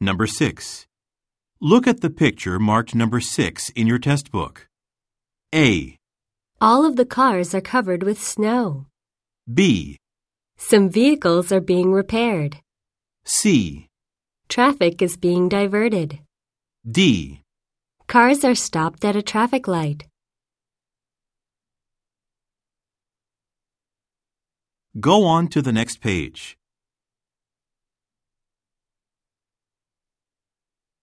Number 6. Look at the picture marked number 6 in your test book. A, All of the cars are covered with snow. B, Some vehicles are being repaired. C, Traffic is being diverted. D. Cars are stopped at a traffic light. Go on to the next page.